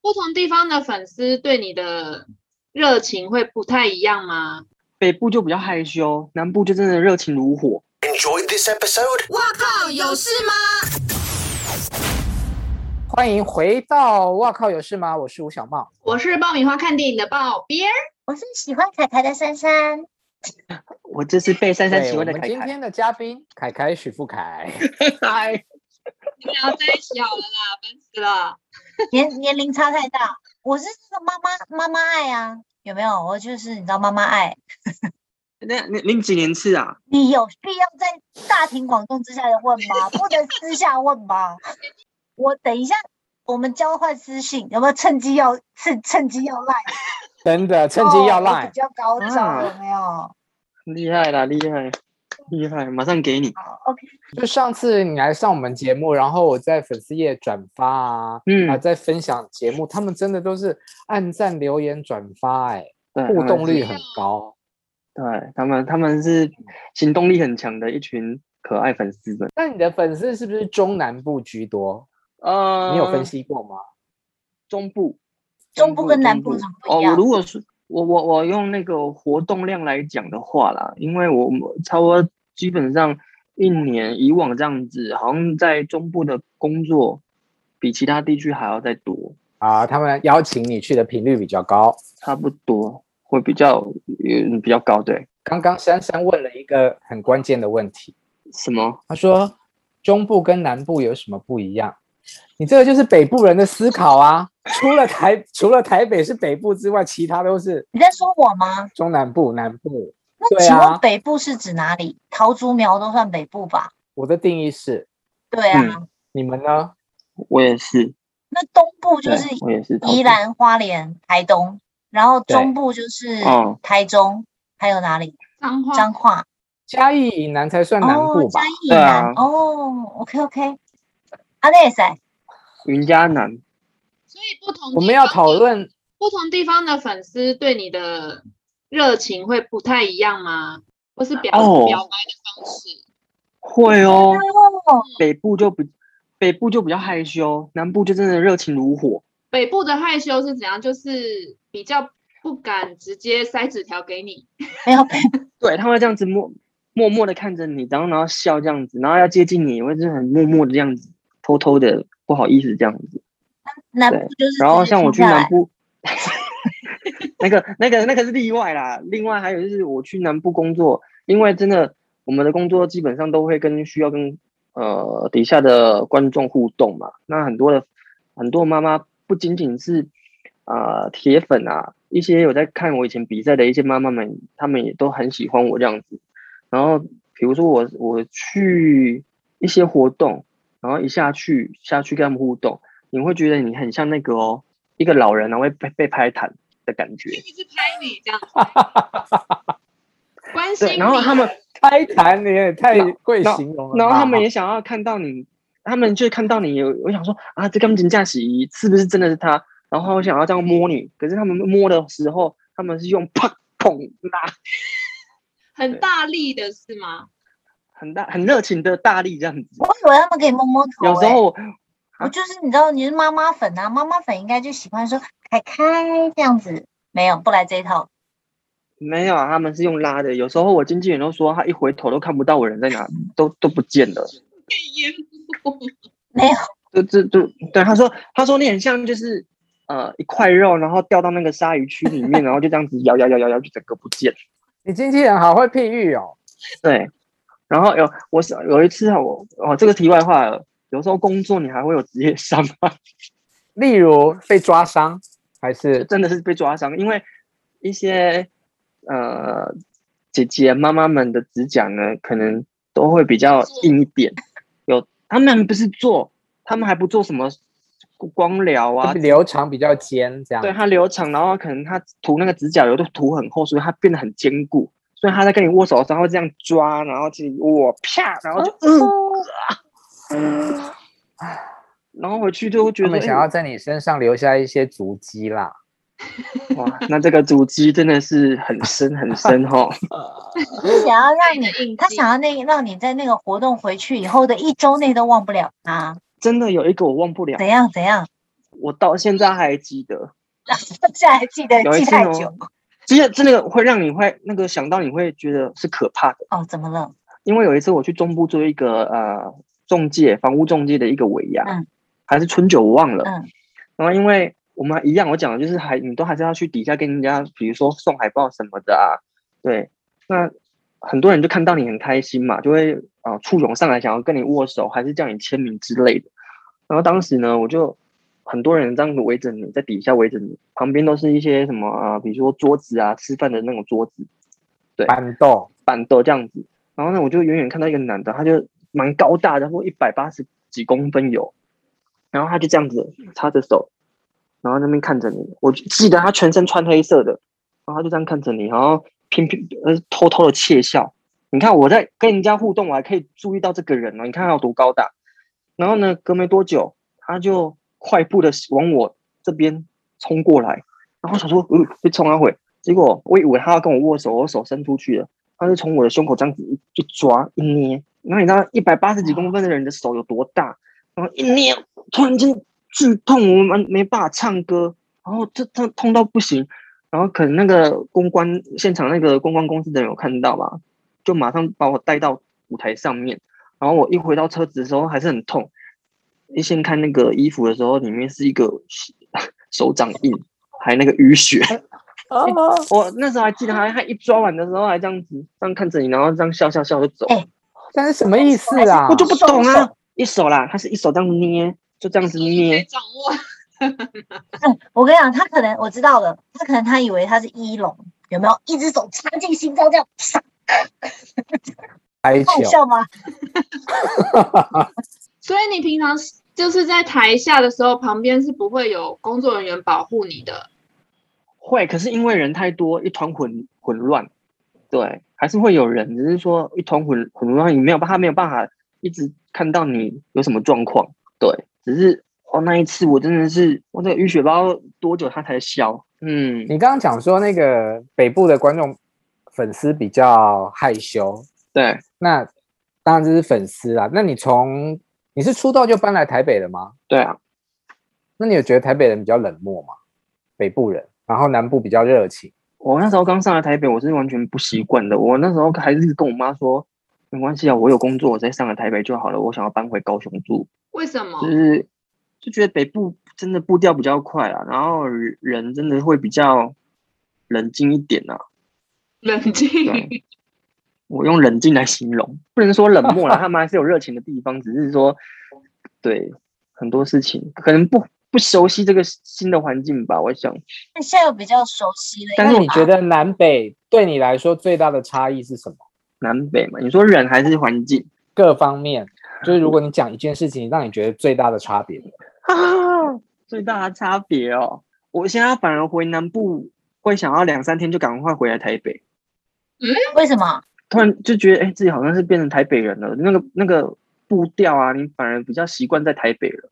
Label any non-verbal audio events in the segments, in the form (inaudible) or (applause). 不同地方的粉丝对你的热情会不太一样吗？北部就比较害羞，南部就真的热情如火。 Enjoyed this episode? 哇靠，有事吗？欢迎回到《哇靠有事吗》，我是吴小茂。我是爆米花看电影的爆边儿，我是喜欢凯凯的珊珊，我这是被珊珊对喜欢的我们凯今凯。天的嘉宾凯凯许富凯，嗨，你们俩在一起好了啦，烦死了。年年龄差太大。我是这个妈妈妈妈爱啊，有没有？我就是你知道妈妈爱，那您您几年次啊？你有必要在大庭广众之下的问吗？不能私下问吗？我等一下，我们交换私信，有没有趁机要趁趁机要赖？真的趁机要哦我赖嗯比。较高招，啊有没有？好厉害啦，厉害，厉害！马上给你。 ，OK，就上次你来上我们节目，然后我在粉丝页转发啊，嗯啊，在分享节目，他们真的都是按赞、留言、转发、欸，对，互动率他们很嗯高。是对他们，他们是行动力很强的一群可爱粉丝们。那你的粉丝是不是中南部居多？呃，你有分析过吗？中部？中部跟南部中怎哦，么不我一样？如果是我我我用那个活动量来讲的话啦，因为我我差不多基本上一年以往这样子，好像在中部的工作比其他地区还要再多，啊，他们邀请你去的频率比较高。差不多会比较嗯比较高，对。刚刚珊珊问了一个很关键的问题，什么？她说中部跟南部有什么不一样？你这个就是北部人的思考啊，除了台除了台北是北部之外，其他都是你在说我吗？中南部、南部。那对请啊问北部是指哪里？桃竹苗都算北部吧？我的定义是，对啊，你们呢？我也是，那东部就对是我也是桃宜园。兰、花莲、台东，然后对中部就是哦台中，还有哪里？脏话，彰化嘉义以南才算南哦部，吧嘉？义以对啊南哦，OK OK，阿内塞，云嘉南，所以不同地我们要方讨的论不同地方的粉丝对你的热情会不太一样吗？或是表、哦表白的方式？会哦。哦，北部就比北部就比较害羞，南部就真的热情如火。北部的害羞是怎样？就是比较不敢直接塞纸条给你，没有北对，他会这样子默默默的看着你，然后然后笑这样子，然后要接近你，会是很默默的这样子，偷偷的不好意思这样子。南对部就是然后直接像我停去下南来部， (laughs) 那个那个那个是例外啦。另外还有就是我去南部工作，因为真的我们的工作基本上都会跟需要跟呃底下的观众互动嘛。那很多的很多妈妈不仅仅是啊铁、粉啊，一些有在看我以前比赛的一些妈妈们，她们也都很喜欢我这样子。然后比如说我我去一些活动，然后一下去下去跟他们互动，你会觉得你很像那个哦，一个老人然后会被被拍弹的感觉。一直拍你这样子，关心对，你。然后他们，开坛，你也太然会然形容了吧。然后他们也想要看到你，他们就看到你有，我想说啊，这钢琴假期是不是真的是他？然后我想要这样摸你，可是他们摸的时候，他们是用啪砰拉，很大力的是吗？很大很热情的大力这样子。我以为他们可以摸摸头、有时欸候啊我我就是你知道你是妈妈粉啊，妈妈粉应该就喜欢说凯凯这样子，没有不来这一套，没有啊，他们是用拉的。有时候我经纪人都说，他一回头都看不到我人在哪，都都不见了。被淹没。没有就就就对他说，他说你很像就是呃一块肉，然后掉到那个鲨鱼区里面，然后就这样子摇摇摇摇摇，就整个不见。你经纪人好会譬喻哦。对，然后有我是有一次啊，我哦这个题外话了，有时候工作你还会有职业伤害，例如被抓伤，还就是真的是被抓伤，因为一些呃姐姐妈妈们的指甲呢，可能都会比较硬一点，有他们不是做，他们还不做什么光疗啊留长比较尖这样对。它留长，然后可能它涂那个指甲油都涂很厚，所以它变得很坚固。所以他在跟你握手的时候，他会这样抓，然后自己握啪，然后就嗯、然后回去就会觉他得们哎想要在你身上留下一些足迹啦。哇，那这个主机真的是很深很 (laughs) 深哈。他想要让你，印他想要那让你在那个活动回去以后的一周内都忘不了他，啊真的有一个我忘不了怎，样怎样。 (laughs) 我到现在还记得，现在还记得有一记次太哦久真的真的会让你会那个想到你会觉得是可怕的，哦，怎么了？因为有一次我去中部做一个呃中介房屋中介的一个尾牙，嗯还是春酒我忘了，嗯然后因为我们一样，我讲的就是还你都还是要去底下跟人家，比如说送海报什么的啊，对，那很多人就看到你很开心嘛，就会啊、呃簇拥上来想要跟你握手，还是叫你签名之类的。然后当时呢，我就很多人这样子围着你，在底下围着你，旁边都是一些什么啊、呃比如说桌子啊，吃饭的那种桌子，板豆，板凳这样子。然后呢，我就远远看到一个男的，他就蛮高大的，然后一百八十几公分有，然后他就这样子插着手，然嗯后那边看着你。我就记得他全身穿黑色的，然后他就这样看着你，然后偏偏呃偷偷的窃笑。你看我在跟人家互动，我还可以注意到这个人哦，你看他有多高大。然后呢，隔没多久，他就快步的往我这边冲过来，然后我想说，呃，会冲他回。结果我以为他要跟我握手，我手伸出去了。他就从我的胸口这样子一一抓一捏，然后你知道一百八十几公分的人的手有多大，然后一捏，突然间剧痛，我们没办法唱歌，然后这这痛到不行，然后可能那个公关现场那个公关公司的人有看到吧，就马上把我带到舞台上面，然后我一回到车子的时候还是很痛，一掀开那个衣服的时候，里面是一个手掌印，还有那个淤血。哦，我那时候还记得他，他一抓完的时候还这样子，这样看着你，然后这样笑笑笑就走。哎但是什么意思啊我？就不懂双啊，一手啦，他是一手这样捏，就这样子没捏。掌握。嗯，我跟你讲，他可能我知道了，他可能他以为他是一龙，有没有？一只手插进心脏这样，啪哀好求，笑吗？ (laughs) 所以你平常就是在台下的时候，旁边是不会有工作人员保护你的。会，可是因为人太多，一团混混乱，对，还是会有人，只是说一团混混乱，你没有办他没有办法一直看到你有什么状况，对，只是哦那一次我真的是，我这个淤血包多久它才消？嗯，你刚刚讲说那个北部的观众粉丝比较害羞，对，那当然这是粉丝啦。那你从你是出道就搬来台北了吗？对啊，那你有觉得台北人比较冷漠吗？北部人，然后南部比较热情。我那时候刚上来台北，我是完全不习惯的。我那时候还是跟我妈说，没关系啊，我有工作，我再上来台北就好了。我想要搬回高雄住，为什么？就是就觉得北部真的步调比较快啊，然后人真的会比较冷静一点啊。冷静 (laughs) 对。我用冷静来形容，不能说冷漠啦，他们还是有热情的地方，只是说对很多事情可能不不熟悉这个新的环境吧。我想，那现在又比较熟悉了，但但是是我你觉得南北对你来说最大的差异是什么？南北嘛，你说人还是环境？各方面，就是如果你讲一件事情，让你觉得最大的差别，啊，最大的差别哦，我现在反而回南部会想要两三天就赶快回来台北，为什么？突然就觉得哎、诶自己好像是变成台北人了，那个那个步调啊，你反而比较习惯在台北了，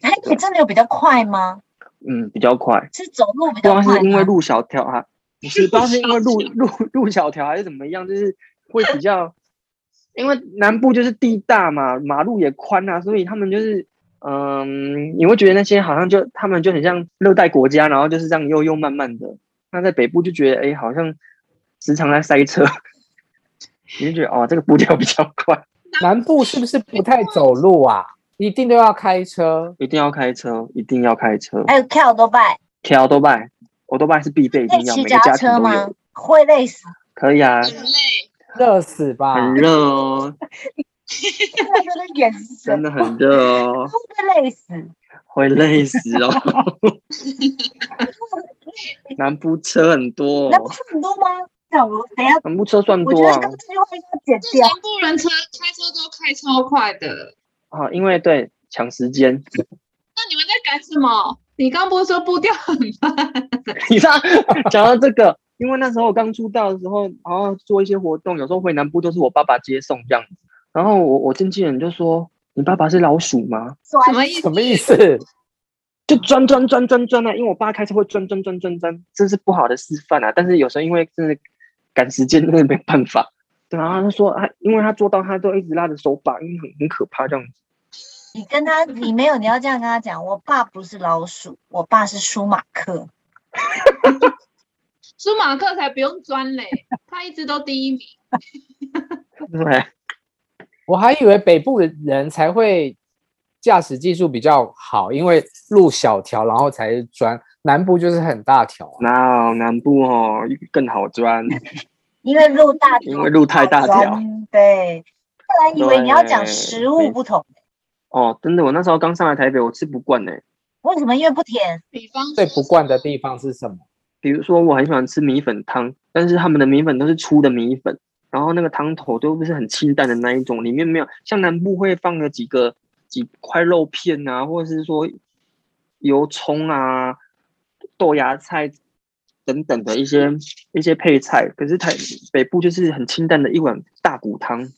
台北真的有比较快吗？嗯，比较快，是走路不比知较道快是因为吗？路小条啊，不是不知道是因为路路路小条还是怎么样，就是会比较，因为南部就是地大嘛，马路也宽啊，所以他们就是。嗯，你会觉得那些好像就他们就很像热带国家，然后就是这样悠悠慢慢的。那在北部就觉得，哎、好像时常在塞车， (laughs) 你就觉得哦，这个步调比较快，南部是不是不太走路啊？一定都要开车，一定要开车，一定要开车。还有跳多拜，调多拜，我多拜是必备，一可定以要，骑啊每脚个踏家庭车都吗有。？会累死，可以啊，很累。热死吧？很热哦，看到这个眼神 (laughs) 真的很热哦，会累死。会累死 (laughs) 哦。南部车很多、那不哦，是很多吗？那我等一下，南部车算我觉多得啊。刚刚这句话要剪这掉南。部人车开车都开超快的。啊，因为对抢时间， (laughs) 那你们在赶什么？你刚不是说步调很 (laughs) 慢？你知道，讲到这个，因为那时候我刚出道的时候，然后做一些活动，有时候回南部都是我爸爸接送这样子。然后我我经纪人就说：“你爸爸是老鼠吗酸什么意思？ (laughs) 什么意思？？”就钻钻钻钻钻啊！因为我爸开车会钻钻钻钻钻，这是不好的示范啊。但是有时候因为真的赶时间，真的没办法。对啊，然后他说啊，因为他做到他都一直拉着手把，因为很很可怕这样子。你跟他，你没有，你要这样跟他讲，我爸不是老鼠，我爸是舒马克。舒马克才不用钻嘞，他一直都第一名。对，我还以为北部的人才会驾驶技术比较好，因为路小条，然后才钻。南部就是很大条啊、那南部哦更好钻，因为路大条，因为路太大条嗯对，不然以为你要讲对食物不同，哦，真的，我那时候刚上来台北，我吃不惯欸呢、为什么？因为不甜，比方说最不惯的地方是什么？比如说我很喜欢吃米粉汤，但是他们的米粉都是粗的米粉，然后那个汤头都不是很清淡的那一种，里面没有像南部会放了几个几块肉片啊，或者是说油葱啊、豆芽菜等等的一些一些配菜，可是台北部就是很清淡的一碗大骨汤，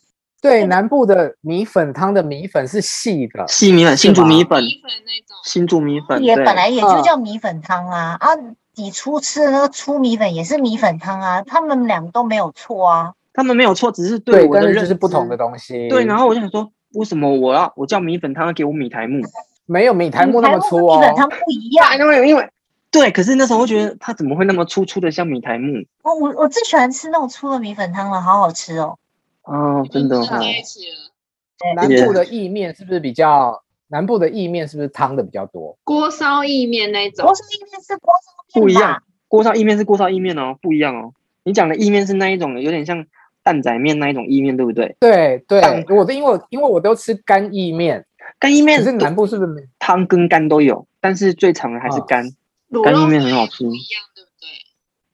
对，南部的米粉汤的米粉是细的，细米粉、新竹米粉、米粉那种，新竹米粉，也对本来也就嗯叫米粉汤啊。啊，你初吃的那个粗米粉也是米粉汤啊，他们两个都没有错啊。他们没有错，只是对，我但的是认就是不同知的东西。对，然后我就想说，为什么我要我叫米粉汤要给我米苔木？没有米苔木那么粗嗯跟米粉哦。汤不一样。因为因为对，可是那时候我觉得它怎么会那么粗粗的像米苔木？哦，我我最喜欢吃那种粗的米粉汤了，好好吃哦。哦，真的哈、在一起了。南部的意面是不是比较？南部的意面是不是汤的比较多？锅烧意面那种锅，烧意面是锅烧面不一吧样？。锅烧意面是锅烧意面哦，不一样哦。你讲的意面是那一种有点像蛋仔面那一种意面，对不对？对对干，我的因为我因为我都吃干意面，干意可面是南部是不是没？汤跟干都有，但是最常的还是啊干。卤干肉意面饭很好也吃不一样，对不对？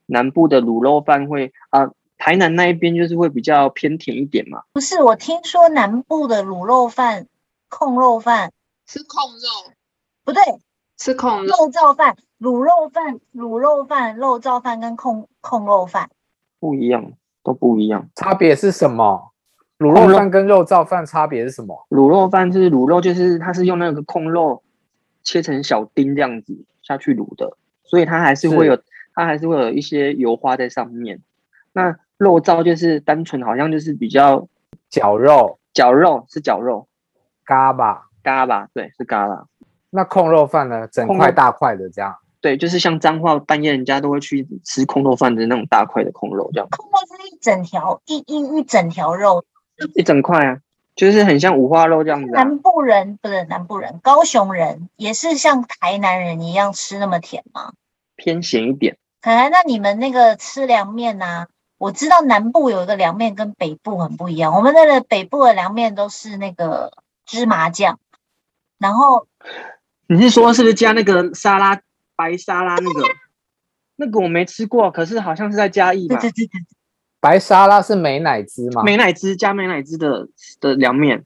南部的卤肉饭会啊、台南那一边就是会比较偏甜一点嘛。不是，我听说南部的卤肉饭、控肉饭吃控肉，不对，吃控肉，肉燥饭、卤肉饭、卤肉饭、肉燥饭跟控控肉饭，不一样，都不一样。差别是什么？卤控肉肉饭跟肉燥饭差别是什么？卤肉饭就是卤肉，就是它是用那个控肉切成小丁这样子下去卤的，所以它还是会有它还是会有一些油花在上面。那肉燥就是单纯好像就是比较绞肉、绞肉是绞肉，嘎巴。嘎吧，对，是嘎啦，那控肉饭呢？整控块肉大块的这样。对，就是像彰化半夜人家都会去吃空肉饭的那种大块的空肉，这样控肉是一整条一一一整条肉。一整块啊，就是很像五花肉这样子啊。南部人不是南部人，高雄人也是像台南人一样吃那么甜吗？偏咸一点，可能那你们那个吃凉面呐、我知道南部有一个凉面跟北部很不一样，我们那个北部的凉面都是那个芝麻酱，然后你是说是不是加那个沙拉白沙拉那个？那个我没吃过，可是好像是在嘉义对吧？对对对白沙拉是美乃滋吗？美乃滋加美乃滋的的凉面，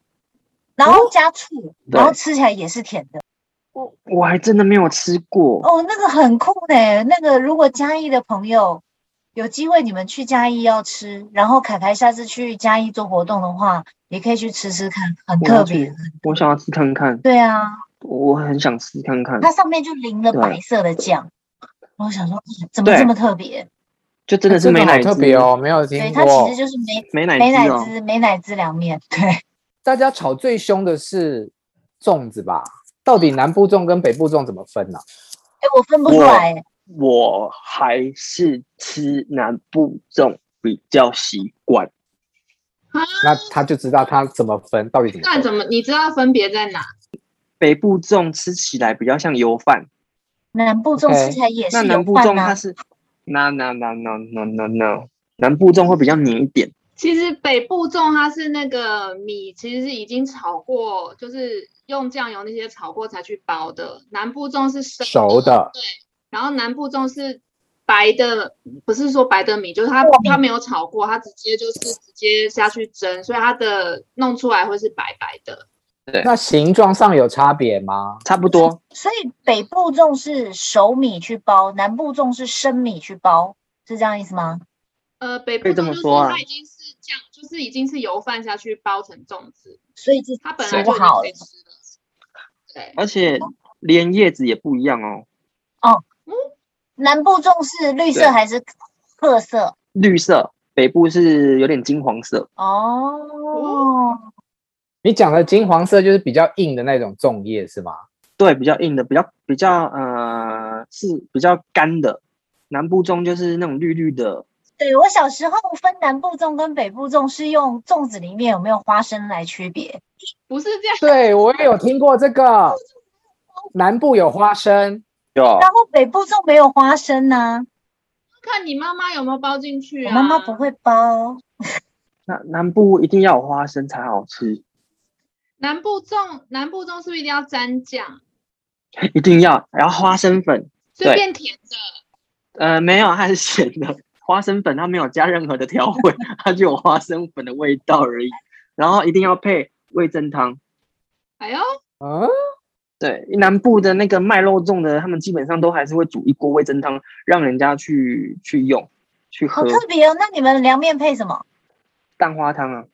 然后加醋，哦对然后吃起来也是甜的。我我还真的没有吃过。哦，那个很酷呢、那个如果嘉义的朋友有机会，你们去嘉义要吃，然后凯凯下次去嘉义做活动的话，也可以去吃吃看，很我特要去别。，我想要吃看看，对啊，我很想吃看看，它上面就淋了对白色的酱，我想说，嗯怎么对这么特别？就真的是这个美好乃滋特别，哦，没有对，听它过。其实就是美美乃美乃滋哦，滋美乃滋凉面。对，哎大家吵最凶的是粽子吧？到底南部粽跟北部粽怎么分呢、哎，我分不出哇来、我还是吃南部粽比较习惯。那他就知道他怎么分，到底怎么那分。怎么你知道分别在哪？北部粽吃起来比较像油饭，南部粽 OK，吃起来也那是有南部粽饭它啊，是 no no no no no no no，南部粽会比较黏一点。其实北部粽它是那个米，其实是已经炒过，就是用酱油那些炒过才去包的。南部粽是生熟的对，然后南部粽是白的，不是说白的米，就是哦它糯米它没有炒过，它直接就是直接下去蒸，所以它的弄出来会是白白的。那形状上有差别吗？差不多，所以北部粽是熟米去包，南部粽是生米去包，是这样意思吗？呃，北部可以这粽么就是说啊它已经是酱，就是已经是油饭下去包成粽子，所以这它本吃来不就已经好可以了吃了。对，而且连叶子也不一样哦，南部粽是绿对色还是褐色？绿色，北部是有点金黄色。哦，你讲的金黄色就是比较硬的那种粽叶是吗？对，比较硬的，比较比较呃是比较干的。南部粽就是那种绿绿的，对我小时候分南部粽跟北部粽是用粽子里面有没有花生来区别。不是这样，对我也有听过这个，南部有花生，有然后北部粽没有花生呢、 (laughs) 看你妈妈有没有包进去我啊？妈妈不，会包，南南部一定要有花生才好吃， (laughs) 南部粽南部粽是不是一定要沾酱，一定要，然后花生粉，所以对变甜的？呃，没有，它是咸的。花生粉它没有加任何的调味， (laughs) 它就有花生粉的味道而已。然后一定要配味噌汤。哎呦，嗯，对，南部的那个卖肉粽的，他们基本上都还是会煮一锅味噌汤，让人家去去用去好喝特别哦。那你们凉面配什么？蛋花汤啊。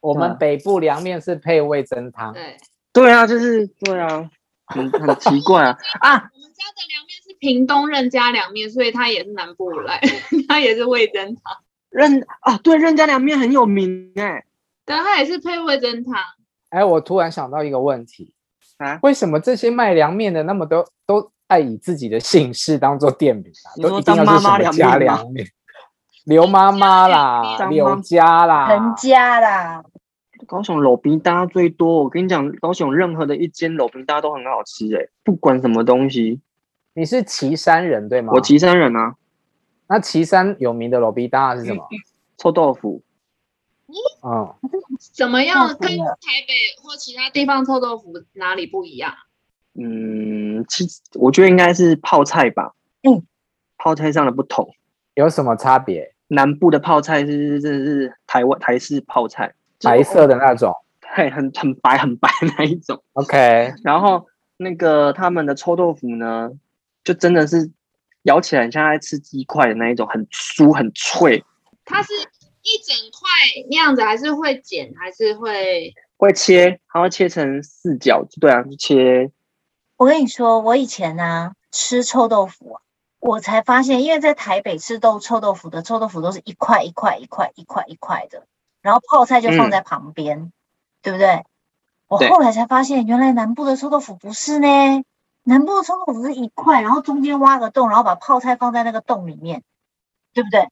我对啊们北部凉面是配味噌汤，对，对啊，就是对啊，很很奇怪啊啊！我们家的凉面是屏东任家凉面，所以它也是南部来， (laughs) 它也是味噌汤，任啊，对，任家凉面很有名哎、对，它也是配味噌汤。哎，我突然想到一个问题啊为什么这些卖凉面的那么多都爱以自己的姓氏当做店名啊？你都说一定要张是妈什妈么凉家面吗凉面？刘妈妈啦，张妈柳家啦，人家啦，高雄卤冰搭最多，我跟你讲，高雄任何的一间卤冰搭都很好吃哎、不管什么东西。你是岐山人对吗？我岐山人啊，那岐山有名的罗比大是什么？臭豆腐，嗯，怎么样豆腐跟呢台北或其他地方臭豆腐哪里不一样？嗯，其实我觉得应该是泡菜吧，嗯，泡菜上的不同。有什么差别？南部的泡菜是真的是台湾台式泡菜，就是白色的那种。对，很很白很白 (laughs) 那一种。 OK，然后那个他们的臭豆腐呢，就真的是咬起来很像在吃鸡块的那一种，很酥很脆，它是一整块那样子，还是会剪，还是会会切，它会切成四角，对啊，就切我跟你说，我以前啊吃臭豆腐啊，我才发现，因为在台北吃豆臭豆腐的臭豆腐都是一块一块一块一块一块的，然后泡菜就放嗯在旁边，对不对？我对后来才发现，原来南部的臭豆腐不是呢，南部的臭豆腐是一块，然后中间挖个洞，然后把泡菜放在那个洞里面，对不对？那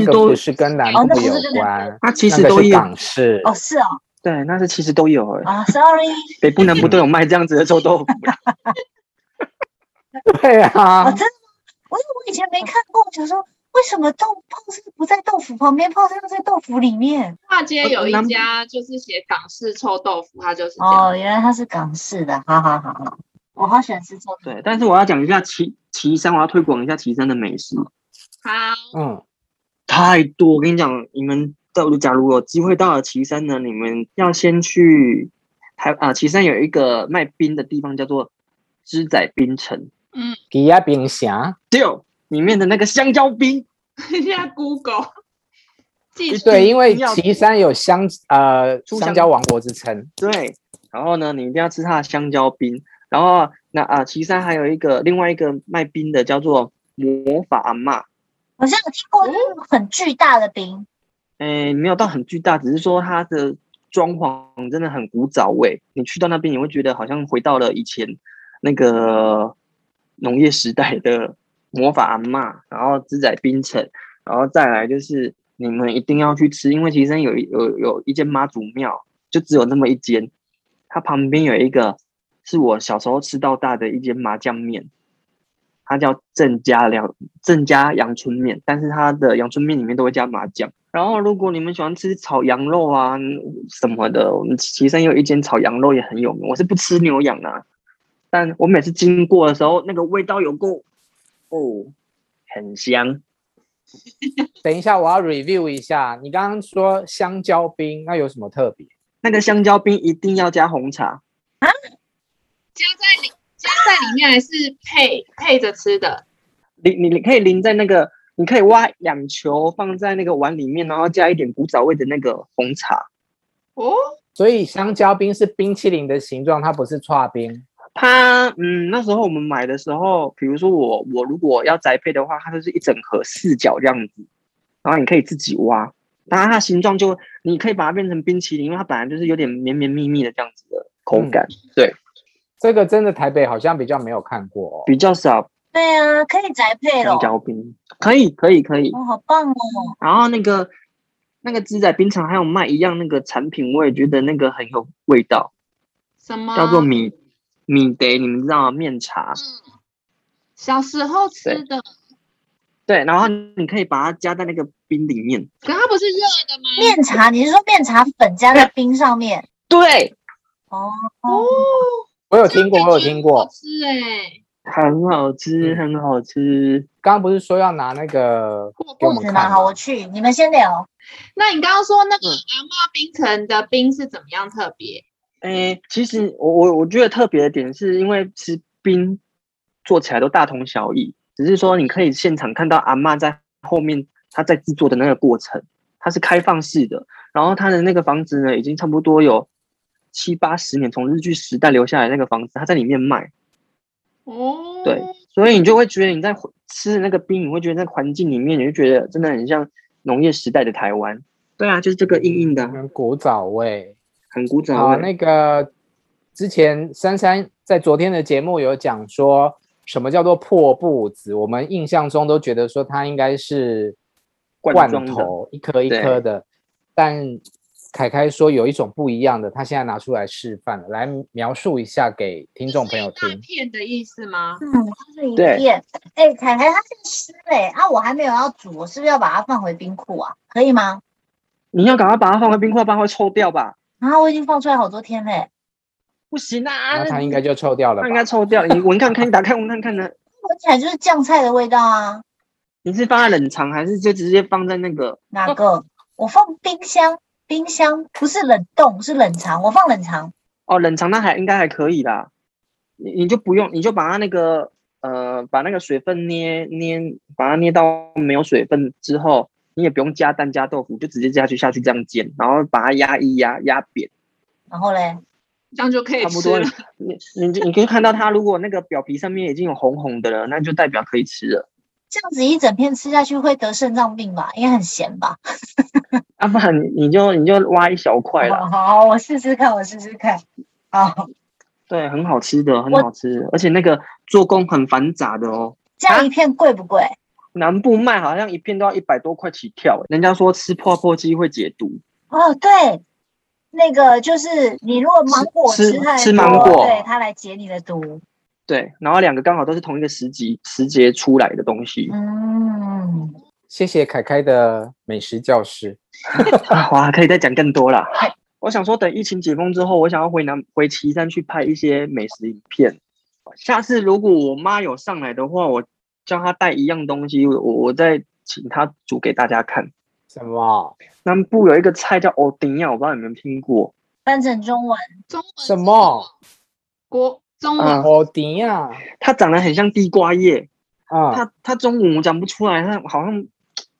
其实个都不是跟南哦那部不是有跟南关，它其那实个都是有，港哦式。哦，是哦，对，那是其实都有、欸，啊，sorry， (laughs) 北部南嗯部都有卖这样子的臭豆腐 (laughs) 啦。对啊哦，，真的吗？我我以前没看过，想说为什么豆泡菜不在豆腐旁边，泡菜要在豆腐里面？大街有南一部家就是写港式臭豆腐，它就是这样。哦，原来它是港式的，好好好好，我好喜欢吃臭豆腐。对，但是我要讲一下岐岐山，我要推广一下岐山的美食，好，嗯，太多。我跟你讲，你们到假如有机会到了岐山呢，你们要先去台啊，岐山有一个卖冰的地方叫做芝仔冰城，嗯，皮亚冰侠，六里面的那个香蕉冰，现在 Google (laughs) 技术对，因为一定要岐山有香呃出香香蕉王国之称，对。然后呢，你一定要吃它的香蕉冰。然后啊那啊，岐山还有一个另外一个卖冰的叫做魔法阿嬷。好像有听过那种很巨大的冰，诶，没有到很巨大，只是说它的装潢真的很古早味。你去到那边，你会觉得好像回到了以前那个农业时代的魔法阿嬷，然后芝仔冰城，然后再来就是你们一定要去吃，因为其实有一有有一间妈祖庙，就只有那么一间，它旁边有一个是我小时候吃到大的一间麻酱面。它叫郑家凉郑家阳春面，但是它的阳春面里面都会加麻酱。然后，如果你们喜欢吃炒羊肉啊嗯什么的，我们岐山有一间炒羊肉也很有名。我是不吃牛羊啊，但我每次经过的时候，那个味道有够哦，很香。等一下我要 review 一下，你刚刚说香蕉冰，那有什么特别？那个香蕉冰一定要加红茶，加在里加在里面还是配配着吃的。淋你你可以淋在那个，你可以挖两球放在那个碗里面，然后加一点古早味的那个红茶。哦，所以香蕉冰是冰淇淋的形状，它不是刨冰。它嗯，那时候我们买的时候，比如说我我如果要宅配的话，它就是一整盒四角这样子，然后你可以自己挖，然后它形状就你可以把它变成冰淇淋，因为它本来就是有点绵绵密密的这样子的口感，这个真的台北好像比较没有看过、哦。比较少对啊，可以宅配咯香。蕉冰，可以可以可以。哦，好棒哦！然后那个那个鸡仔冰场还有卖一样那个产品，我也觉得那个很有味道，什么叫做米米德，你们知道吗？面茶。小时候吃对的，对，然后你可以把它加在那个冰里面。可它不是热的吗？面茶，你是说面茶粉加在冰上面？对，哦，哦，我有听过，我有听好过。吃哎，很好吃，嗯很好吃。刚刚不是说要拿那个给我肚们子看嘛，吗好，我去，你们先聊。那你刚刚说那个嗯阿嬷冰城的冰是怎么样特别？诶、嗯其实我我我觉得特别的点是因为吃冰做起来都大同小异，只是说你可以现场看到阿嬷在后面她在制作的那个过程，它是开放式的，然后它的那个房子呢已经差不多有七八十年，从日据时代留下来那个房子，它在里面卖，哦，对所以你就会觉得你在环吃的那个冰，你会觉得在环境里面，你就觉得真的很像农业时代的台湾。对啊，就是这个硬硬的，嗯古早味。很古早啊，味那个之前珊珊在昨天的节目有讲说什么叫做破布子，我们印象中都觉得说它应该是罐罐装的头一颗一颗的，但凯凯说有一种不一样的，他现在拿出来示范了，来描述一下给听众朋友大听。片的意思吗？嗯，它是一对片。哎，凯凯，它是湿嘞、啊，我还没有要煮，我是不是要把它放回冰库啊？可以吗？你要赶快把它放回冰块，不然会臭掉吧？啊，我已经放出来好多天嘞、不行啊，那它应该就臭掉它了吧应？该臭掉。你闻看看，你打开闻看看呢？闻起来就是酱菜的味道啊。你是放在冷藏，还是就直接放在那个？哪个？我放冰箱，冰箱不是冷冻，是冷藏。我放冷藏。哦，冷藏那还应该还可以啦。你你就不用，你就把它那个呃，把那个水分捏捏，把它捏到没有水分之后，你也不用加蛋加豆腐，就直接下去下去这样煎，然后把它压一压压扁，然后嘞，这样就可以差不吃多了。你你你可以看到它如果那个表皮上面已经有红红的了，那就代表可以吃了。这样子一整片吃下去会得肾脏病吧？也很咸吧？啊，不然你你就你就挖一小块啦。好哦好，我试试看，我试试看。好，对，很好吃的，很我好吃的，而且那个做工很繁杂的哦。这样一片贵不贵？南部卖好像一片都要一百多块起跳，欸人家说吃破破鸡会解毒，哦，对，那个就是你如果芒果吃吃太吃多芒果对它来解你的毒。对，然后两个刚好都是同一个时级时节出来的东西。嗯，谢谢凯凯的美食教师。啊哇，可以再讲更多啦。我想说，等疫情解封之后，我想要回南回岐山去拍一些美食影片。下次如果我妈有上来的话，我叫她带一样东西，我我再请她煮给大家看。什么南部有一个菜叫欧丁亚，我不知道你们有没有听过。翻成中文中文什么国中文嗯，欧哦迪亚它长得很像地瓜叶，啊？它它中文我讲不出来，它好像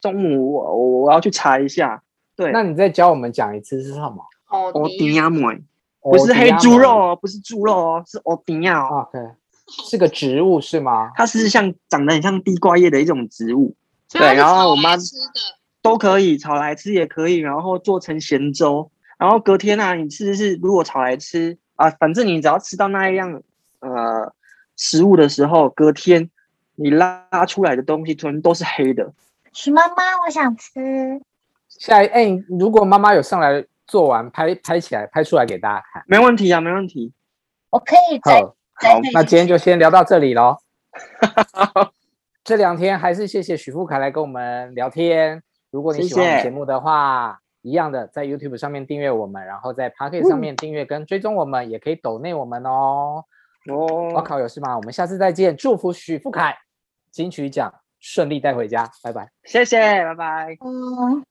中文我我我要去查一下。对，那你再教我们讲一次是什么？哦，欧迪迪亚姆不是黑猪肉哦，不是猪肉哦，是欧迪亚哦，啊，对，是个植物是吗？它是像长得很像地瓜叶的一种植物，所以它对是然后炒我来妈吃的都可以炒来吃也可以，然后做成咸粥，然后隔天啊，你吃是如果炒来吃啊，反正你只要吃到那一样呃食物的时候，隔天你拉出来的东西全都是黑的。许妈妈，我想吃。下一哎、你如果妈妈有上来做完拍拍起来拍出来给大家看。没问题啊，没问题。我可以再好，再配那一今天些就先聊到这 (laughs) 里喽。这两天还是谢谢许富凯来跟我们聊天。如果你喜欢我们谢谢节目的话，一样的在 YouTube 上面订阅我们，然后在 Pocket 嗯上面订阅跟追踪我们，也可以抖内我们哦。我哦，考有事吗？我们下次再见，祝福许富凯金曲奖顺利带回家，拜拜。谢谢，拜拜。嗯。